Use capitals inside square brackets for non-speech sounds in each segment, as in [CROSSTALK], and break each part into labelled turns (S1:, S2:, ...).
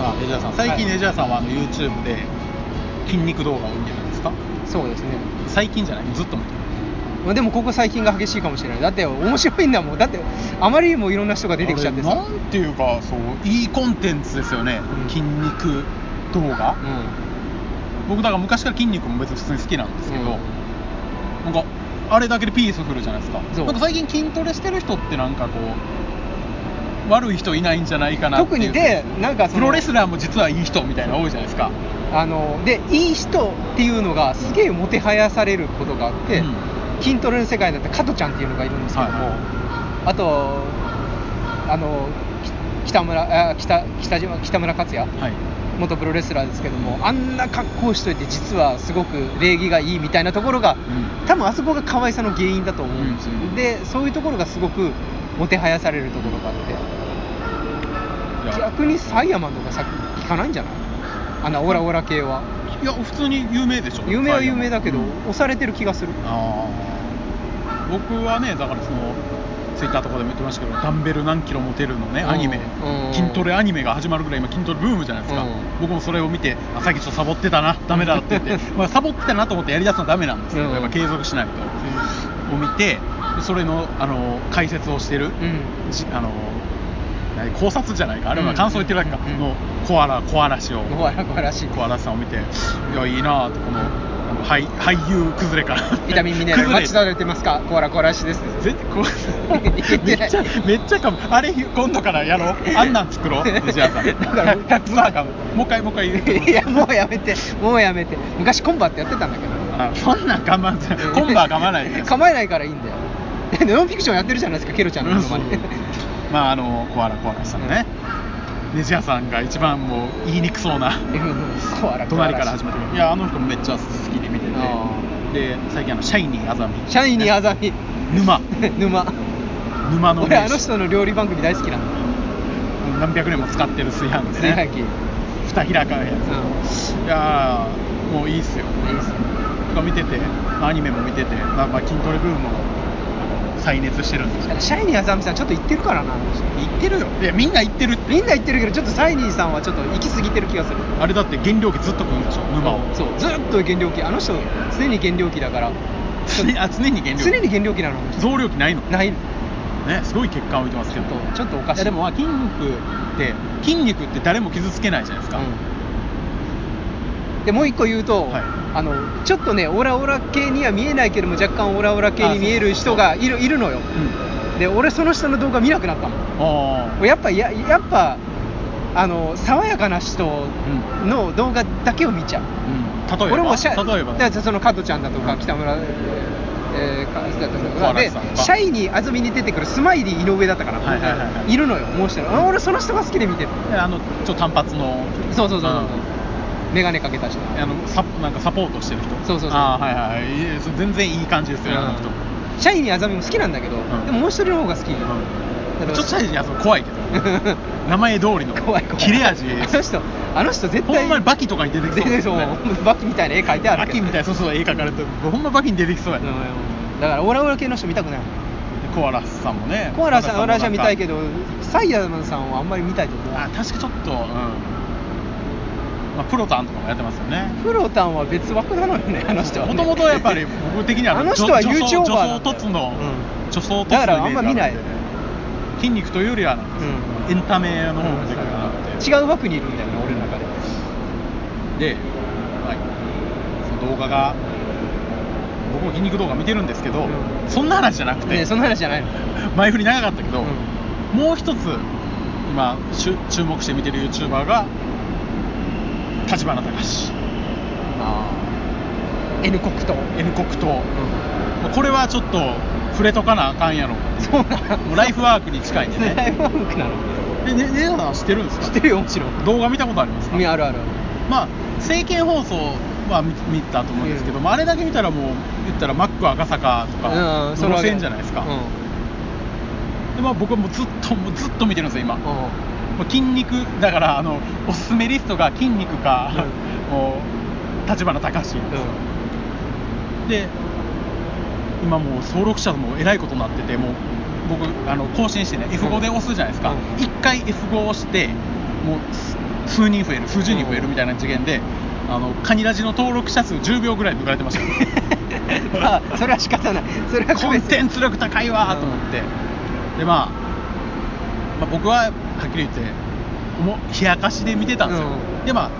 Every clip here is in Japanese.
S1: 最近
S2: はい
S1: ネジャーさんはあの YouTube で筋肉動画を見てるんですか
S2: そうですね
S1: 最近じゃないずっと見てる
S2: まあでもここ最近が激しいかもしれないだって面白いんだもんだってあまりにもいろんな人が出てきちゃって
S1: あ
S2: さ
S1: れなんていうかそういいコンテンツですよね、
S2: うん
S1: 筋肉動画、
S2: う
S1: 僕だから昔から筋肉も別に普通に好きなんですけど、
S2: うん
S1: なんかあれだけでピースフルじゃないですか
S2: そう
S1: なんか最近筋トレしてる人ってなんかこう悪い人いないんじゃないかなっていう
S2: 特にでなんかそ
S1: プ
S2: の
S1: ロレスラーも実はいい人みたいなの多いじゃないですか
S2: んあのでいい人っていうのがすげえもてはやされることがあって、
S1: うん
S2: 筋トレの世界だったら加トちゃんっていうのがいるんですけども、
S1: はいはい
S2: あとあのき北村あ北北島北村克也
S1: はい
S2: 元プロレスラーですけどもあんな格好しといて実はすごく礼儀がいいみたいなところが、
S1: ん
S2: 多分あそこが可愛さの原因だと思うんですよ、
S1: うん
S2: でそういうところがすごくもてはやされるところがあっ
S1: い
S2: て
S1: や
S2: 逆にサイヤマンとかさ聞かないんじゃないあのオラオラ系はい
S1: や普通に有名でしょ
S2: 有名は有名だけど、
S1: うん
S2: 押されてる気がする
S1: あー僕はねだからそのツイッターとかでも言ってましたけどダンベル何キロ持てるのね
S2: うん
S1: アニメ
S2: うん
S1: 筋トレアニメが始まるぐらい今筋トレブームじゃないですか
S2: うん
S1: 僕もそれを見てあさっきちょっとサボってたなダメだって言って
S2: [LAUGHS]
S1: まあサボってたなと思ってやりだすのはダメなんですけど
S2: うん
S1: やっぱ継続しないとを見てそれのあの解説をしてる
S2: うん
S1: じあの何考察じゃないかあれは感想言ってるだけか
S2: うんうん
S1: のコアラコアラ氏を
S2: オラオラしい
S1: 小原さんを見て、いや、いいなぁと、このあの俳俳優崩れから、
S2: 痛みミネラル
S1: 崩
S2: 待
S1: れ
S2: ちされてますかコアラコアラし
S1: [LAUGHS]
S2: です
S1: 全然こ
S2: 言っ
S1: う [LAUGHS] め
S2: てない
S1: っちゃめっちゃかもあれ今度からやろうあんなん作ろう藤原さん
S2: だからもう
S1: 100%かももう一回もう一回言う
S2: いやもうやめてもうやめて昔コンバってやってたんだけど
S1: あそんなん我慢せんコンバは我慢ない
S2: [LAUGHS]
S1: です
S2: 構えないからいいんだよでノンフィクションやってるじゃないですかケロ [LAUGHS] ちゃんのものまね
S1: まああのコアラコアラさんね、ネジ屋さんが一番もう言いにくそうな
S2: [LAUGHS] コアラ
S1: 隣から始まってくるいやあの人もめっちゃ好きで見てて
S2: あ
S1: で最近あのシャイニーアザミ
S2: シャイニーアザミ [LAUGHS]
S1: 沼
S2: 沼
S1: 沼の名手
S2: 俺あの人の料理番組大好きなの
S1: 何百年も使ってる炊飯器
S2: 炊飯器
S1: 器蓋開かないや
S2: う
S1: ついやーもういいっすよ
S2: んいいっすね
S1: が見ててアニメも見てて、まあ、まあ筋トレブームも再熱してるんですけど
S2: シャイニーアザミさんちょっと言ってるからな
S1: 言ってるよいやみんな言ってるって
S2: みんな言ってるけどちょっとシャイニーさんはちょっと行き過ぎてる気がする
S1: あれだって原料機ずっと食うんでしょ沼を
S2: そうずっと減量期あの人常に減量期だから
S1: 常にあ常に原料
S2: 常に減量期なのあの人
S1: 増量機ないの
S2: ないの
S1: ねすごい血管浮いてますけ
S2: ちょ
S1: ど
S2: っとちょっとおか
S1: い
S2: しい
S1: やでもまあ筋肉って筋肉って誰も傷つけないじゃないですか、
S2: うんでもう一個言うと、
S1: はい
S2: あのちょっとねオラオラ系には見えないけども若干オラオラ系に見える人がいるいるのよ
S1: うん
S2: で俺その人の動画見なくなったも
S1: あ
S2: んやっぱややっぱあの爽やかな人の動画だけを見ちゃう、
S1: あ、うん、例えば
S2: 俺もシャ
S1: 例えば
S2: だからその加トちゃんだとか
S1: うん
S2: 北村、えー、かだったりと
S1: 小
S2: かで
S1: 嵐さんとか
S2: シャイに安住に出てくるスマイリー井上だったかな、
S1: はいはいはいはい
S2: るのよもう一人あ俺その人が好きで見てる
S1: あのちょっと単発の
S2: そうそうそうそう、
S1: うん
S2: 眼鏡かけた人
S1: あのサなんかサポートしてる人
S2: そうそうそう
S1: あーはいはいいえそれ全然いい感じですよね、あの人、
S2: シャイニーアザミも好きなんだけど、
S1: ん
S2: でももう一人の方が好
S1: う
S2: き、
S1: んちょっと最初にあそこ怖いけど名前通りの
S2: 怖い怖い
S1: 切れ
S2: [LAUGHS]
S1: 味
S2: あの人あの人絶
S1: ほ
S2: 対
S1: んまにバキとかに出てきそう
S2: 出て
S1: です
S2: そう
S1: ね
S2: バキみたいな絵描いてあ
S1: バ
S2: るけ
S1: キ
S2: ど
S1: みたいなそうそう絵描かれてるほんまバキに出てきそうやね、
S2: うんだからオラオラ系の人見たくない
S1: コアラスさんもね
S2: コアラさん
S1: も
S2: オラオラじゃ見たいけ
S1: ど
S2: どサイヤマンさんはあんまり見たいと思
S1: あ
S2: う
S1: 確かちょっとうんまあプロタンとかもやってますよね
S2: フロタンは別枠なのよねあの人はね
S1: もともとやっぱり僕的には
S2: あの人は
S1: 女女装
S2: YouTuber なんだ
S1: 女
S2: よ
S1: 装凸の、
S2: う
S1: 女装凸の
S2: だからあんま見な
S1: イメージがある
S2: い
S1: んで筋肉というよりはなんですよエンタメの方が出てくるなって
S2: 違う枠にいるんだよね俺の中
S1: で、
S2: で
S1: はい、その動画が僕も筋肉動画見てるんですけど、
S2: うん
S1: そんな話じゃなくて、
S2: ねそんな話じゃないの
S1: [LAUGHS] 前振り長かったけど、
S2: うん
S1: もう一つ今しゅ注目して見てる YouTuber が立花隆
S2: N 国と
S1: N 国党、これはちょっと触れとかなあかんやろ
S2: そうな
S1: も
S2: の
S1: うライフワークに近いんで
S2: [LAUGHS] 世代
S1: ね
S2: は僕なの
S1: えねねなさん知ってるんですか
S2: 知ってるよもちろん
S1: 動画見たことありますか
S2: いやあるある
S1: まあ政見放送は見見たと思うんですけど、
S2: うん
S1: まあ、あれだけ見たらもう言ったらマック赤坂とかの
S2: うんその
S1: 路線じゃないですか、
S2: う
S1: でまあ、僕はもうずっともうずっと見てるんですよ今、も
S2: んうん
S1: う筋肉だからあのおすすめリストが筋肉か、 [LAUGHS] もう立花隆、で今もう登録者もえらいことになっててもう僕あの更新してね F5 で押すじゃないですか、
S2: うん
S1: 1回 F5 を押してもうす風人増える風10人増えるみたいな次元で、あのカニラジの登録者数10秒ぐらい抜かれてましたよ
S2: まあそれは仕方ないそれは
S1: コンテン
S2: ツ
S1: ツ力高いわーと思って、で、まあ、まあ僕ははっきり言っておも冷やかしで見てたんですよ、
S2: うん
S1: でまあ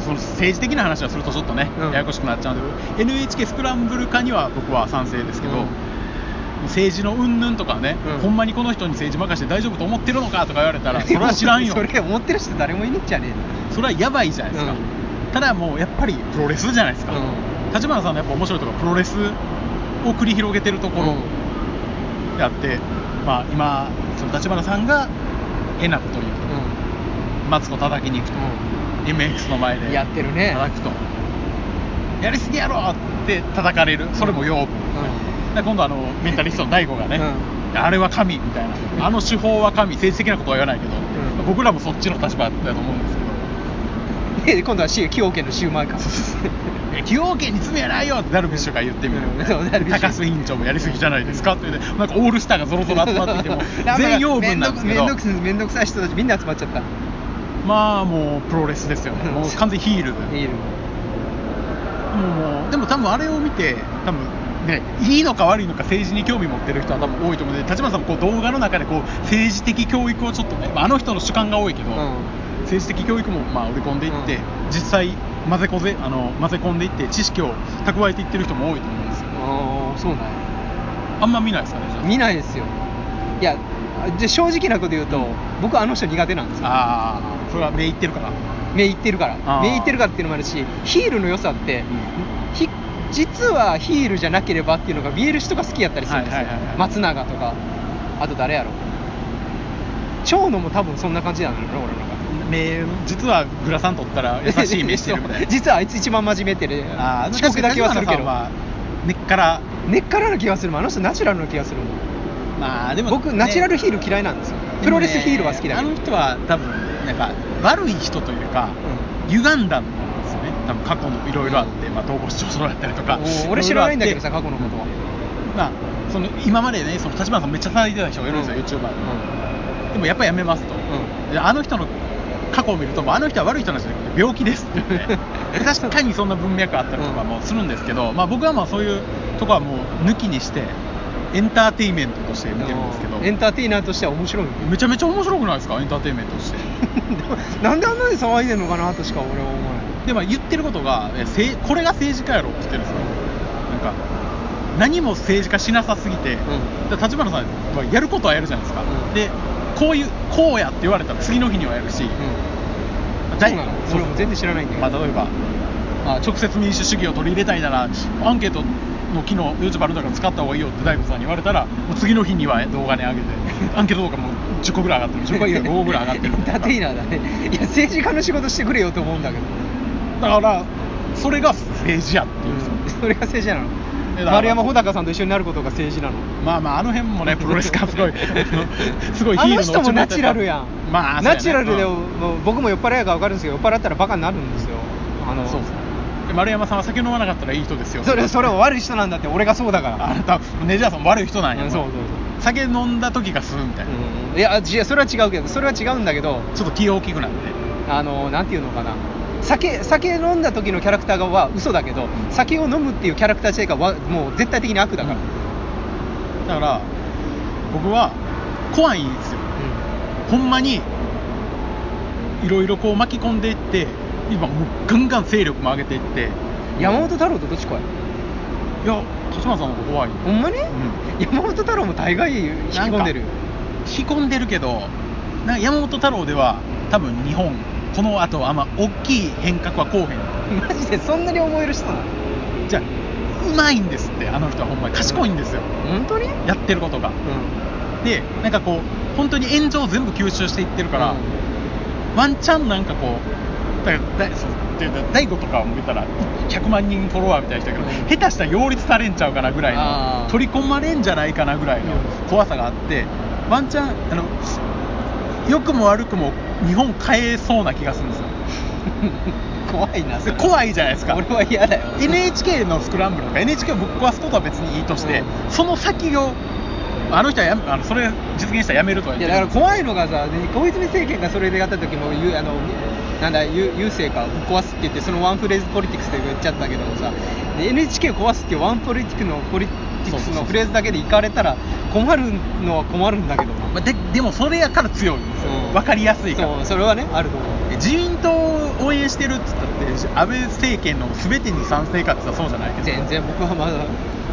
S1: その政治的な話をするとちょっとね、
S2: うん
S1: ややこしくなっちゃうので NHK スクランブル化には僕は賛成ですけど、
S2: うん
S1: 政治の云々とかね、
S2: うん
S1: ほんまにこの人に政治任せて大丈夫と思ってるのかとか言われ
S2: [LAUGHS]
S1: たらそれは知らんよ
S2: それ思ってる人誰もいねえんじゃね
S1: それはやばいじゃないですか、
S2: うん
S1: ただもうやっぱりプロレスじゃないですか、
S2: う
S1: 立花さんのやっぱ面白いところはプロレスを繰り広げてると
S2: え
S1: ころであって、まあ、今その立花さんがえなこと言うとマツコ叩きに行くと、MX の前で
S2: やってるね
S1: 叩くとやりすぎやろって叩かれるそれも養分、で今度あのメンタリストの大悟がね、あれは神みたいなあの手法は神政治的なことは言わないけど、
S2: ん
S1: 僕らもそっちの立場だと思うんですけど
S2: うんで今度は崎陽軒のシウマイか
S1: いや崎陽軒に罪はないよってダルビッシュが言ってみる、
S2: うんそうダルビッシュ
S1: 高須委員長もやりすぎじゃないですかって言ってなんかオールスターがぞろぞろ集まってき
S2: [LAUGHS]
S1: ても全養分なんですけど
S2: めんどくめんどくめんどくさい人たちみんな集まっちゃった
S1: まあもうプロレスですよね
S2: うん
S1: もう完全ヒール
S2: いる
S1: もうでも多分あれを見て多分ねいいのか悪いのか政治に興味持ってる人は多分多いと思うので立花さんもこう動画の中でこう政治的教育をちょっとね、まあ、あの人の主観が多いけど、政治的教育もまあ織り込んでいって、
S2: うん
S1: 実際混ぜこぜあの混ぜ込んでいって知識を蓄えていってる人も多いと思うんですよ
S2: ああそうなんや
S1: あんま見ないですかねじゃあ
S2: 見ないですよいやじゃあ正直なこと言うと、僕はあの人苦手なんですよ
S1: ああそれは目いってるから
S2: 目いってるか
S1: あ
S2: ら
S1: ー
S2: 目いってるからっていうのもあるしヒールの良さって、ひ実はヒールじゃなければっていうのが見える人が好きやったりするんですよ、
S1: はいはいはいはい
S2: 松永とかあと誰やろ長野も多分そんな感じなんだろうな俺の中
S1: 目実はグラサン取ったら優しい目してるみたい
S2: [LAUGHS]
S1: な
S2: 実はあいつ一番真面目ってね
S1: ああ
S2: 遅刻だけはするけど
S1: 根っから
S2: 根っからの気がするもんあの人ナチュラルな気がするもん
S1: まあでも
S2: 僕
S1: ね
S2: ナチュラルヒール嫌いなんですよプロレスヒールは好きだ
S1: あ
S2: けど、
S1: の人は多分なんか悪い人というか歪んだんですよね多分過去のいろいろあって、まあ、統合失調症だったりとか
S2: うん、俺知らないんだけど
S1: 色
S2: さ
S1: 々あ
S2: 過
S1: って
S2: 去のことは、
S1: まあその今までねその立花さんめっちゃ叩いてた人がいるんですよ、YouTuber
S2: うん
S1: ででもやっぱやめますと、であの人の過去を見るともうあの人は悪い人なんじゃなくて病気ですって言っ
S2: [LAUGHS]
S1: て確かにそんな文脈あったりとかもするんですけど、まあ、僕はまあそういうとこはもう抜きにしてエンターテインメントとして見てるんですけど
S2: エンターテイナーとしては面白いよ
S1: めちゃめちゃ面白くないですかエンターテインメントとして
S2: [LAUGHS] でもなんであんなに騒いでんのかなとしか俺は思わない
S1: でまあ言ってることがえせこれが政治家やろって言ってるんですよなんか何も政治家しなさすぎて、で立花さんはやることはやるじゃないですか、
S2: うん
S1: でこういうこうやって言われたら次の日にはやるし、だい
S2: そうなの
S1: そう
S2: 俺も全然知らないんだけ
S1: まあ、
S2: ど、
S1: 例えば、あ、直接民主主義を取り入れたいならアンケートの機能 YouTube あるんだから使った方がいいよって大悟さんに言われたらもう次の日には動画に
S2: [LAUGHS]
S1: 上げてアンケート動画もう10個ぐらい上がってる10個以外5個ぐらい上が [LAUGHS]
S2: [LAUGHS]
S1: ってる
S2: ダテイナーだねいや政治家の仕事してくれよと思うんだけど、
S1: だからそれが政治やっていうんですよ、
S2: それが政治なの
S1: えだから
S2: 丸山穂高さんと一緒になることが政治なの
S1: まあまああの辺もねプロレス感す
S2: [LAUGHS]
S1: ごいすごいヒ
S2: あ
S1: ー
S2: の
S1: ルの
S2: 人もナチュラルやん、
S1: まあそうやね
S2: ナチュラルで、
S1: うん
S2: もう僕も酔っ払いが分かるんですけど酔っ払ったらバカになるんですよあの
S1: そうそうで丸山さんは酒飲まなかったらいい人ですよ
S2: それそれは悪い人なんだって俺がそうだから
S1: あなたネジャーさんも悪い人なんや
S2: うんそうそう
S1: 酒飲んだ時が吸うみたいな、
S2: そう、うん、いやじそれは違うけどそれは違うんだけど
S1: ちょっと気大きくなって
S2: あのなんていうのかな酒酒飲んだ時のキャラクターがは嘘だけど酒を飲むっていうキャラクター自体がわもう絶対的に悪だから、
S1: うんだから僕は怖いんですよほんまにいろいろこう巻き込んでいって今もうガンガン勢力も上げていって
S2: 山本太郎とどっち怖い
S1: いや立花さんの方が怖いよ
S2: ほんまに、
S1: う
S2: 山本太郎も大概引き込んでるよ
S1: 引き込んでるけどなんか山本太郎では多分日本この後あんま大きい変革はこうへん
S2: マジでそんなに思える人なの
S1: じゃあうまいんですってあの人はほんまに賢いんですよ
S2: 本当にうん
S1: やってることがでなんかこう本当に炎上を全部吸収していってるから、ワンチャンなんかこうだからだそうっていうか大悟とかを見たら100万人フォロワーみたいな人やけど、
S2: うん
S1: 下手したら擁立されんちゃうかなぐらい
S2: あ
S1: の
S2: ー
S1: 取り込まれんじゃないかなぐらいの怖さがあってワンチャンあの良くも悪くも日本変えそうな気がするんですよ
S2: 怖いなそ
S1: で
S2: れ
S1: 怖いじゃないですか
S2: 俺は嫌だよ
S1: NHK のスクランブルとか NHK をぶっ壊すことは別にいいとして、
S2: う
S1: その先をあの人はやめあのそれ実現したらやめるとはい言っ
S2: や
S1: て
S2: だか
S1: る
S2: ら怖いのがさで小泉政権がそれでやった時も言うあのなんだゆ郵政かぶっ壊すって言ってそのワンフレーズポリティクスで言っちゃったけどもさで NHK を壊すっていうワンポリティクのポリティクスのフレーズだけでいかれたら困るのは困るんだけどな
S1: まあででもそれやから強い
S2: そう
S1: 分かりやすいから
S2: そうそれはねあると思う
S1: 自民党を応援してるっつったって安倍政権の全てに賛成かって言ったらそうじゃないです
S2: 全然僕はまだ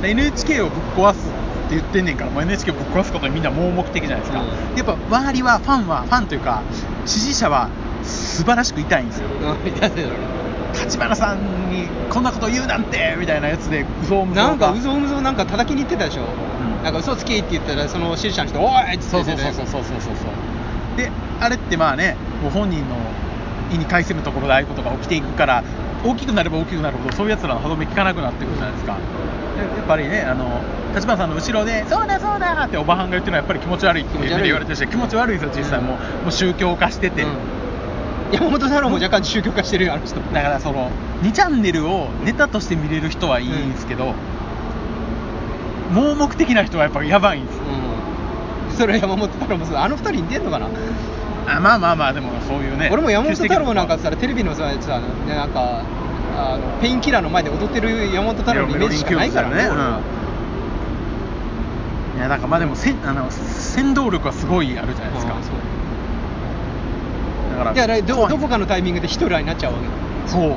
S1: か NHK をぶっ壊すって言ってんねんからもう NHK をぶっ壊すことにみんな盲目的じゃないですか、
S2: うん
S1: やっぱ周りはファンはファンというか支持者は素晴らしく痛いんですよ
S2: うん痛いだろ
S1: 立花さんにこんなこと言うなんてみたいなやつでうぞうむぞ
S2: なん
S1: うが
S2: かうぞうむぞうなんか叩きに行ってたでしょ、
S1: ん
S2: なんか嘘つきって言ったらその支持者の人「おい!」っつっ
S1: そ
S2: て
S1: う
S2: 言って
S1: そう
S2: た
S1: そ
S2: や
S1: う
S2: つ
S1: そうそうそうそうであれってまあねもう本人の意に介するところでああいうことが起きていくから大きくなれば大きくなるほどそういうやつらの歯止め効かなくなってくるじゃないですかでやっぱりねあの立花さんの後ろで「そうだそうだ!」っておばはんが言ってるのはやっぱり気持ち悪いって
S2: 気持ち悪い
S1: 目で言われてるし気持ち悪いんですよ実際もう,、もう宗教化してて、
S2: うん山本太郎も若干宗教化してるよあの人
S1: だからその2チャンネルをネタとして見れる人はいいんですけど、盲目的な人はやっぱやばいんです
S2: うんそれは山本太郎もそうあの二人似てんのかな、
S1: あまあまあまあでもそういうね
S2: 俺も山本太郎なんか
S1: 旧式的とこは
S2: さテレビのささねなんかあのペインキラーの前で踊ってる山本太郎のイメージしかないからね
S1: いや
S2: 俺は
S1: うんいやなんかまあでもせんあの戦闘力はすごいあるじゃないですか、
S2: うんそう
S1: だから
S2: いやだからど
S1: 怖い
S2: どこかのタイミングでヒトラーになっちゃうわけ
S1: そう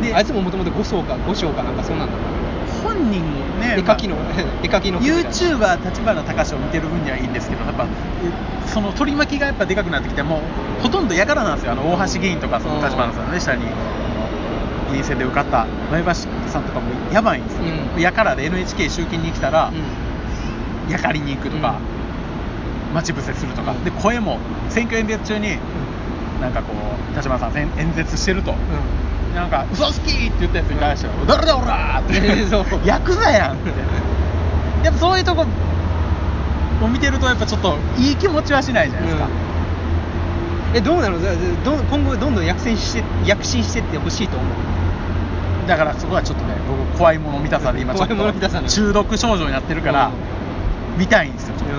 S1: で
S2: であいつももともと5層か5章かなんかそうなんだから
S1: 本人ね
S2: 絵描きの
S1: まあ
S2: 絵描きの人みたいな
S1: YouTuber 立花隆を見てる分にはいいんですけどやっぱその取り巻きがやっぱでかくなってきてもうほとんどやからなんですよあの大橋議員とかその立花さんのね下に議員選で受かった前橋さんとかもやばいんですよ、
S2: うん
S1: やからで NHK 集金に来たら、
S2: う
S1: やかりに行くとか、待ち伏せするとか、で声も選挙演説中に、なんかこう、立花さん、演演説してると、
S2: んうん
S1: なんか、嘘つきって言ったやつに対しては、誰だ、おらーって、
S2: そう
S1: [LAUGHS] ヤクザやんって、やっぱそういうとこを見てると、やっぱちょっといい気持ちはしないじゃないですか。
S2: うんえどうなのだど今後どんどん躍進して躍進してってほしいと思う
S1: だからそこはちょっとね、僕、怖いもの見たさで今、ちょっ
S2: 怖いもの見たさ
S1: と
S2: ね
S1: 中毒症状になってるから、見たいんですよ、ちょっ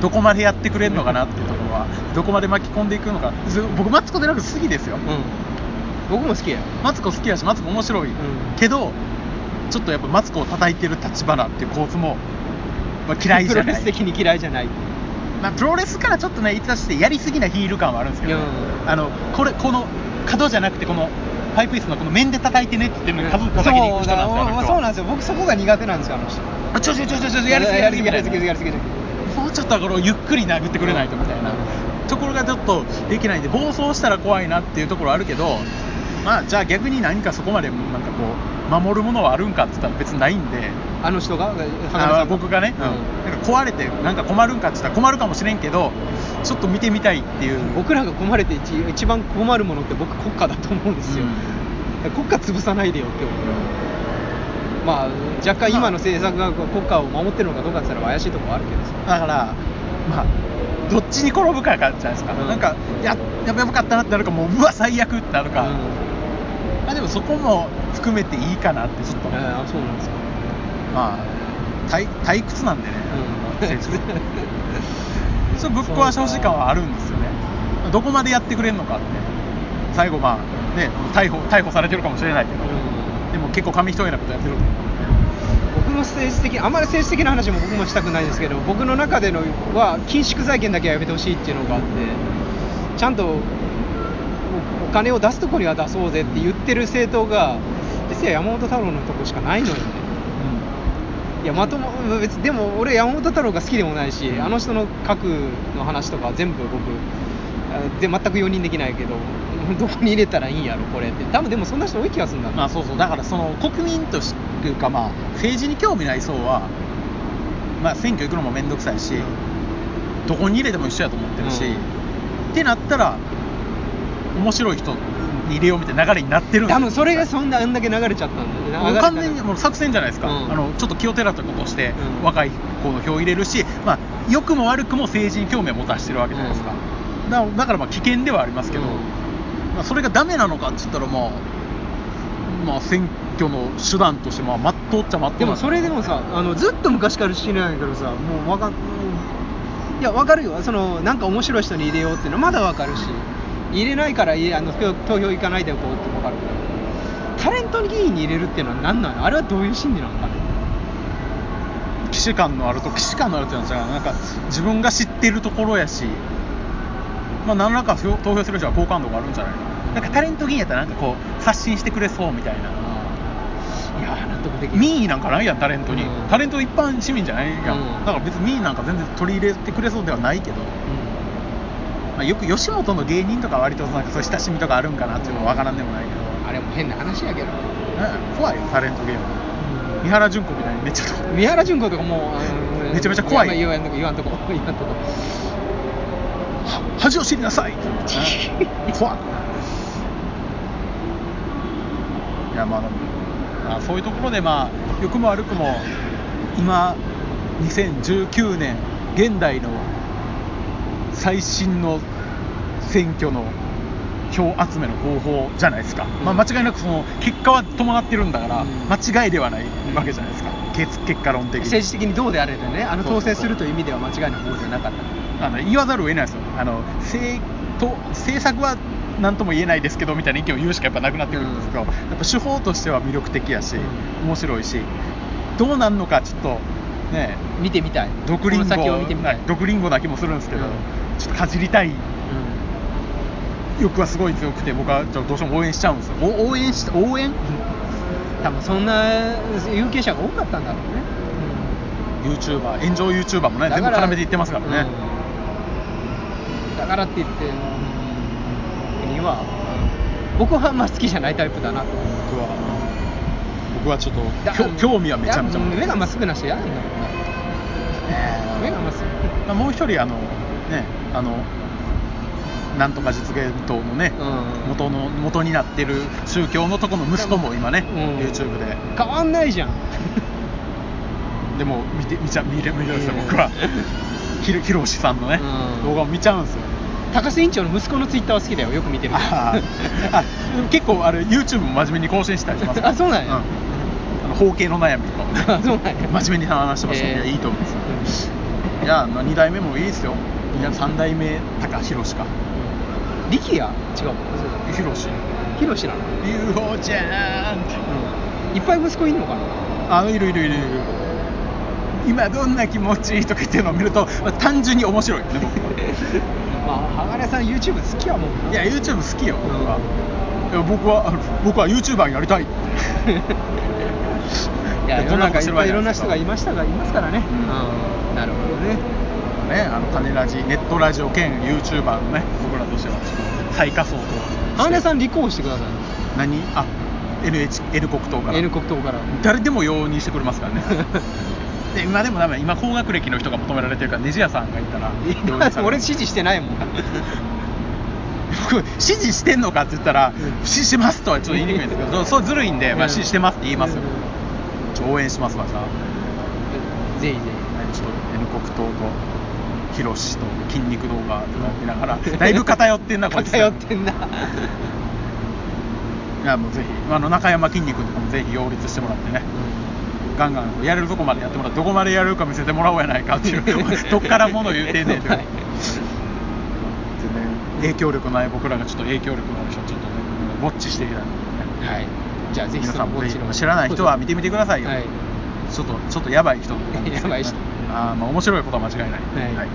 S1: と。どこまでやってくれるのかなっていうところは、どこまで巻き込んでいくのか、ず僕、マツコでなく好きですよ、
S2: うん、うん、僕も好きやよ
S1: マツコ好きだし、マツコ面白い、
S2: ん
S1: けど、ちょっとやっぱマツコを叩いてる立花っていう構図も、まあ、嫌いじゃ
S2: プロ
S1: な
S2: レス
S1: い、
S2: 的に嫌いじゃない
S1: まあ、プロレスからちょっとね、逸脱して、やりすぎなヒール感はあるんですけど、ね
S2: うん
S1: あのこれ、この角じゃなくて、このパイプ椅子のこの面で叩いてねって言ってるのに、角で叩きに行く人なんですよ、あの人
S2: そう
S1: は
S2: なんですよ僕そこが苦手なんですよあの人
S1: あちょちょちょちょちょ、やりすぎ、やりすぎ、
S2: やりすぎや
S1: や
S2: りすぎやりすぎ
S1: もうちょっとこのゆっくり殴ってくれないとみたいなところがちょっとできないんで暴走したら怖いなっていうところあるけどまあじゃあ逆に何かそこまでなんかこう守るものはあるんかって言ったら別にないんで
S2: あの人が花村さん
S1: あ
S2: が
S1: の僕がね、
S2: うん
S1: なんか壊れてなんか困るんかって言ったら困るかもしれんけどちょっと見てみたいっていう
S2: 僕らが困れて一一番困るものって僕国家だと思うんですよ、だから国家潰さないでよ今日まあ若干今の政策が国家を守ってるのかどうかって言ったら怪しいところはあるけどさ
S1: だからまあどっちに転ぶかがじゃないですか、
S2: うん
S1: なんかややばかったなってなるかもううわ最悪ってなるか、
S2: うん
S1: まあでもそこも含めていいかなってちょっと、
S2: えーあそうなんですか
S1: まあ、退退屈なんでね、選
S2: [LAUGHS]
S1: 手もそうぶっ壊してほしい感はあるんですよね、どこまでやってくれるのかって、最後、まあね、逮捕逮捕されてるかもしれないけど、でも結構、紙一重なことやってる
S2: 僕も政治的あまり政治的な話も僕もしたくないんですけど僕の中でのは緊縮財源だけはやめてほしいっていうのがあってちゃんとおお金を出すとこには出そうぜって言ってる政党が実は山本太郎のとこしかないのよねいやまとも別でも俺山本太郎が好きでもないしあの人の核の話とか全部僕あで全く容認できないけどどこに入れたらいいんやろこれって多分でもそんな人多い気がするんだな
S1: まあ、そうそう、だからその国民としというか、まあ、政治に興味ない層は、まあ、選挙行くのも面倒くさいし、どこに入れても一緒やと思ってるし、
S2: うん
S1: ってなったら、面白い人に入れようみたいな流れになってるんですよ
S2: 多分それがそんなあんだけ流れちゃったんだよ
S1: もう
S2: ね
S1: 完全にもう作戦じゃないですか、
S2: うん
S1: あのちょっと気を照らしたことをして、
S2: うん
S1: 若い子の票を入れるし、まあ、良くも悪くも政治に興味を持たしてるわけじゃないですか、だだからまあ危険ではありますけど、
S2: うん
S1: まあ、それがダメなのかって言ったら、まあ、まあ選挙の手段としてまあまっとうっちゃまっとう
S2: で
S1: な
S2: も
S1: ん
S2: それでもさあのずっと昔から知りないけどさもうわかいやわかるよそのなんか面白い人に入れようっていうのはまだわかるし入れないからいいあの投投票行かないでおこうって分かるタレント議員に入れるっていうのは何なのあれはどういう心理なのかね
S1: 既視感のあると既視感のあるっていうのは違うなんか自分が知ってるところやしまあ何らか投票投票する人は好感度があるんじゃないのなんかタレント議員やったらなんかこう発信してくれそうみたいない
S2: やー納得できない
S1: 民意なんかないやんタレントに、
S2: うん
S1: タレント一般市民じゃないやん、
S2: うん
S1: だから別に民意なんか全然取り入れてくれそうではないけど、まあ、よく吉本の芸人とか割となんかそういう親しみとかあるんかなっていうのは分からんでもないけど、
S2: うんあれも変な話やけど、
S1: ね怖いよタレント芸人三原純子みたいにめっちゃ
S2: 三原純子とかもうあの
S1: めちゃめちゃ怖い
S2: や言わんとこ言わんとこ言わんと [LAUGHS] こ
S1: は恥を知りなさい、怖っいやまあでもあそういうところでまあ良くも悪くも今2019年現代の最新の選挙の票集めの方法じゃないですか、
S2: うん
S1: まあ、間違いなくその結果は伴ってるんだから、
S2: うん
S1: 間違いではないわけじゃないですか、結結果論的に
S2: 政治的にどうであれでねあの
S1: そうそう
S2: 当
S1: そう
S2: 選するという意味では間違いなく方でなかった
S1: あの言わざるを得ないですよあの政と政策は何とも言えないですけどみたいな意見を言うしかやっぱなくなってくるんですけど、
S2: うん
S1: やっぱ手法としては魅力的やし、
S2: う
S1: 面白いしどうなんのかちょっとね
S2: 見てみたい
S1: 毒リン
S2: この先を見てみ
S1: ゴ
S2: た、
S1: ない毒リンゴな気もするんですけど、
S2: うん
S1: ちょっとかじりたい
S2: うん
S1: 欲はすごい強くて僕はちょっとどうしても応援しちゃうんですよお応援し応援
S2: 多分そんな有権者が多かったんだろうね、
S1: YouTuber 炎上 YouTuber もね
S2: だ
S1: 全部
S2: から
S1: 絡めていってますからね、
S2: うんだからって言って、うん国は僕はあんま好きじゃないタイプだなと思う
S1: 僕は僕はちょっと
S2: だ
S1: きょ興味はめちゃめちゃ
S2: い
S1: 持
S2: や
S1: って
S2: 目
S1: ます
S2: がまっすぐな人嫌なんだよな目がまっすぐ
S1: まあ、もう一人あのねあのなんとか実現党のね、
S2: うん
S1: 元の元になってる宗教のとこの息子も今ね、
S2: うん
S1: YouTube で
S2: 変わんないじゃん
S1: でも見て見ちゃ見れ見るんですよ、
S2: ええ
S1: 僕はひろひろしさんのね、
S2: うん
S1: 動画を見ちゃうんですよ
S2: 高須院長の息子のツイッターは好きだよよく見てるけど
S1: あーあでも結構あれ YouTube も真面目に更新したりします
S2: あそうなんや
S1: うんあの包茎の悩みとか
S2: あそうなんや
S1: 真面目に話してました、
S2: ええ
S1: いやいいと思いますいや2代目もいいですよいや3代目高弘か
S2: 力也違うも
S1: 弘
S2: んヒロシなの、
S1: UFO ちゃん
S2: いっぱい息子い
S1: [LAUGHS]
S2: んのかな
S1: あのいるいるいるいる今どんな気持ちとか言ってるのを見ると、まあ、単純に面白いよね
S2: [LAUGHS]
S1: 僕は
S2: まあ鋼さん YouTube 好きやもんない
S1: や YouTube 好きよ僕は、いや僕はあの僕は YouTuber になりたい
S2: いや世の中いっぱいいろんな人がい
S1: す
S2: ましたがいますからね、
S1: う
S2: なるほどね
S1: ねあの種ラジネットラジオ兼 YouTuber のね僕らとしては最下層と
S2: 鋼さ
S1: ん
S2: ん立候補してくださ
S1: 何あ NH N 国党か
S2: い
S1: ら
S2: N 国党から
S1: 誰でも容認してくれますからね
S2: [LAUGHS]
S1: で今でもダメ今高学歴の人が求められてるからねじ屋さんがいたら容認される
S2: [LAUGHS] 俺支持してないもん
S1: 僕指示してんのかって言ったら
S2: う
S1: 「支持します」とはちょっと言いにくいんですけどそうそうずるいんで「まあ、
S2: うん
S1: 指示してます」って言いますよ
S2: うん
S1: ちょ応援しますわさ
S2: ぜひぜひ
S1: ちょっと N 国党とヒロシと筋肉動画とか見ながら
S2: [LAUGHS]
S1: だいぶ偏ってんなこいつ
S2: 偏ってんない
S1: やもうぜひあの中山筋肉とかもぜひ擁立してもらってねガンガンやれるとこまでやってもらってどこまでやれるか見せてもらおうやないかっていう
S2: [LAUGHS]
S1: どっからもの言うてんねんっていう
S2: はい
S1: 影響力のない僕らがちょっと影響力のある人をちょっとねウォッチしていきたいのでね
S2: はいじゃあぜひ
S1: 皆
S2: そ
S1: さん
S2: のこ
S1: も
S2: っ
S1: ぜ
S2: ちの
S1: ひ知らない人は見てみてくださいよ、
S2: はい
S1: ちょっとちょっとやばい人なんですけどね
S2: やばい人
S1: あーまあ面白いことは間違いない、
S2: はい
S1: はい